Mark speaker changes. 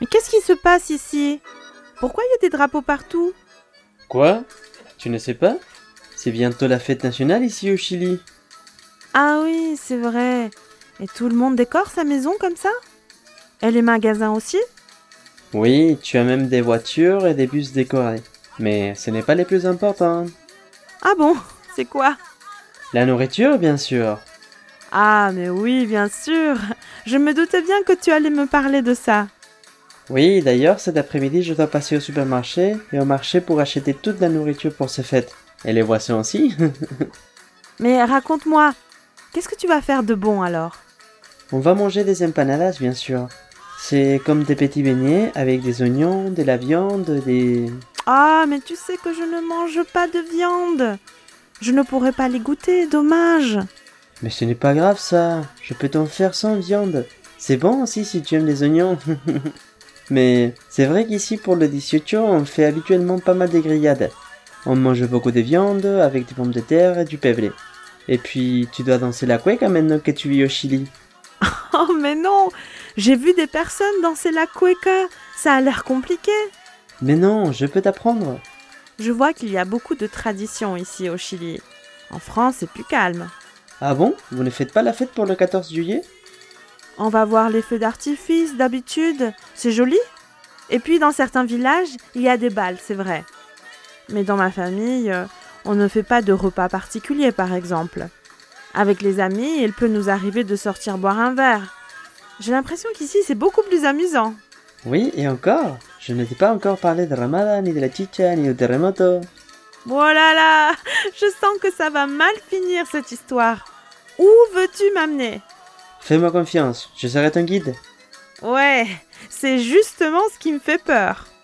Speaker 1: Mais qu'est-ce qui se passe ici Pourquoi il y a des drapeaux partout
Speaker 2: Quoi Tu ne sais pas C'est bientôt la fête nationale ici au Chili.
Speaker 1: Ah oui, c'est vrai. Et tout le monde décore sa maison comme ça Et les magasins aussi
Speaker 2: Oui, tu as même des voitures et des bus décorés. Mais ce n'est pas les plus importants.
Speaker 1: Ah bon C'est quoi
Speaker 2: La nourriture, bien sûr.
Speaker 1: Ah mais oui, bien sûr. Je me doutais bien que tu allais me parler de ça.
Speaker 2: Oui, d'ailleurs, cet après-midi, je dois passer au supermarché et au marché pour acheter toute la nourriture pour ces fêtes. Et les boissons aussi.
Speaker 1: Mais raconte-moi, qu'est-ce que tu vas faire de bon alors
Speaker 2: On va manger des empanadas, bien sûr. C'est comme des petits beignets avec des oignons, de la viande, des...
Speaker 1: Ah mais tu sais que je ne mange pas de viande. Je ne pourrai pas les goûter, dommage.
Speaker 2: Mais ce n'est pas grave ça, je peux t'en faire sans viande. C'est bon aussi si tu aimes les oignons. Mais c'est vrai qu'ici pour le 18 on fait habituellement pas mal de grillades. On mange beaucoup de viande avec des pommes de terre et du peblé. Et puis tu dois danser la cueca maintenant que tu vis au Chili.
Speaker 1: Oh mais non J'ai vu des personnes danser la cueca. Ça a l'air compliqué.
Speaker 2: Mais non, je peux t'apprendre.
Speaker 1: Je vois qu'il y a beaucoup de traditions ici au Chili. En France, c'est plus calme.
Speaker 2: Ah bon Vous ne faites pas la fête pour le 14 juillet
Speaker 1: On va voir les feux d'artifice d'habitude, c'est joli. Et puis dans certains villages, il y a des balles, c'est vrai. Mais dans ma famille, euh, on ne fait pas de repas particulier par exemple. Avec les amis, il peut nous arriver de sortir boire un verre. J'ai l'impression qu'ici c'est beaucoup plus amusant.
Speaker 2: Oui, et encore Je ne t'ai pas encore parlé de Ramada, ni de la chicha, ni du terremoto.
Speaker 1: Oh là là Je sens que ça va mal finir cette histoire. Où veux-tu m'amener
Speaker 2: Fais-moi confiance, je serai ton guide.
Speaker 1: Ouais, c'est justement ce qui me fait peur.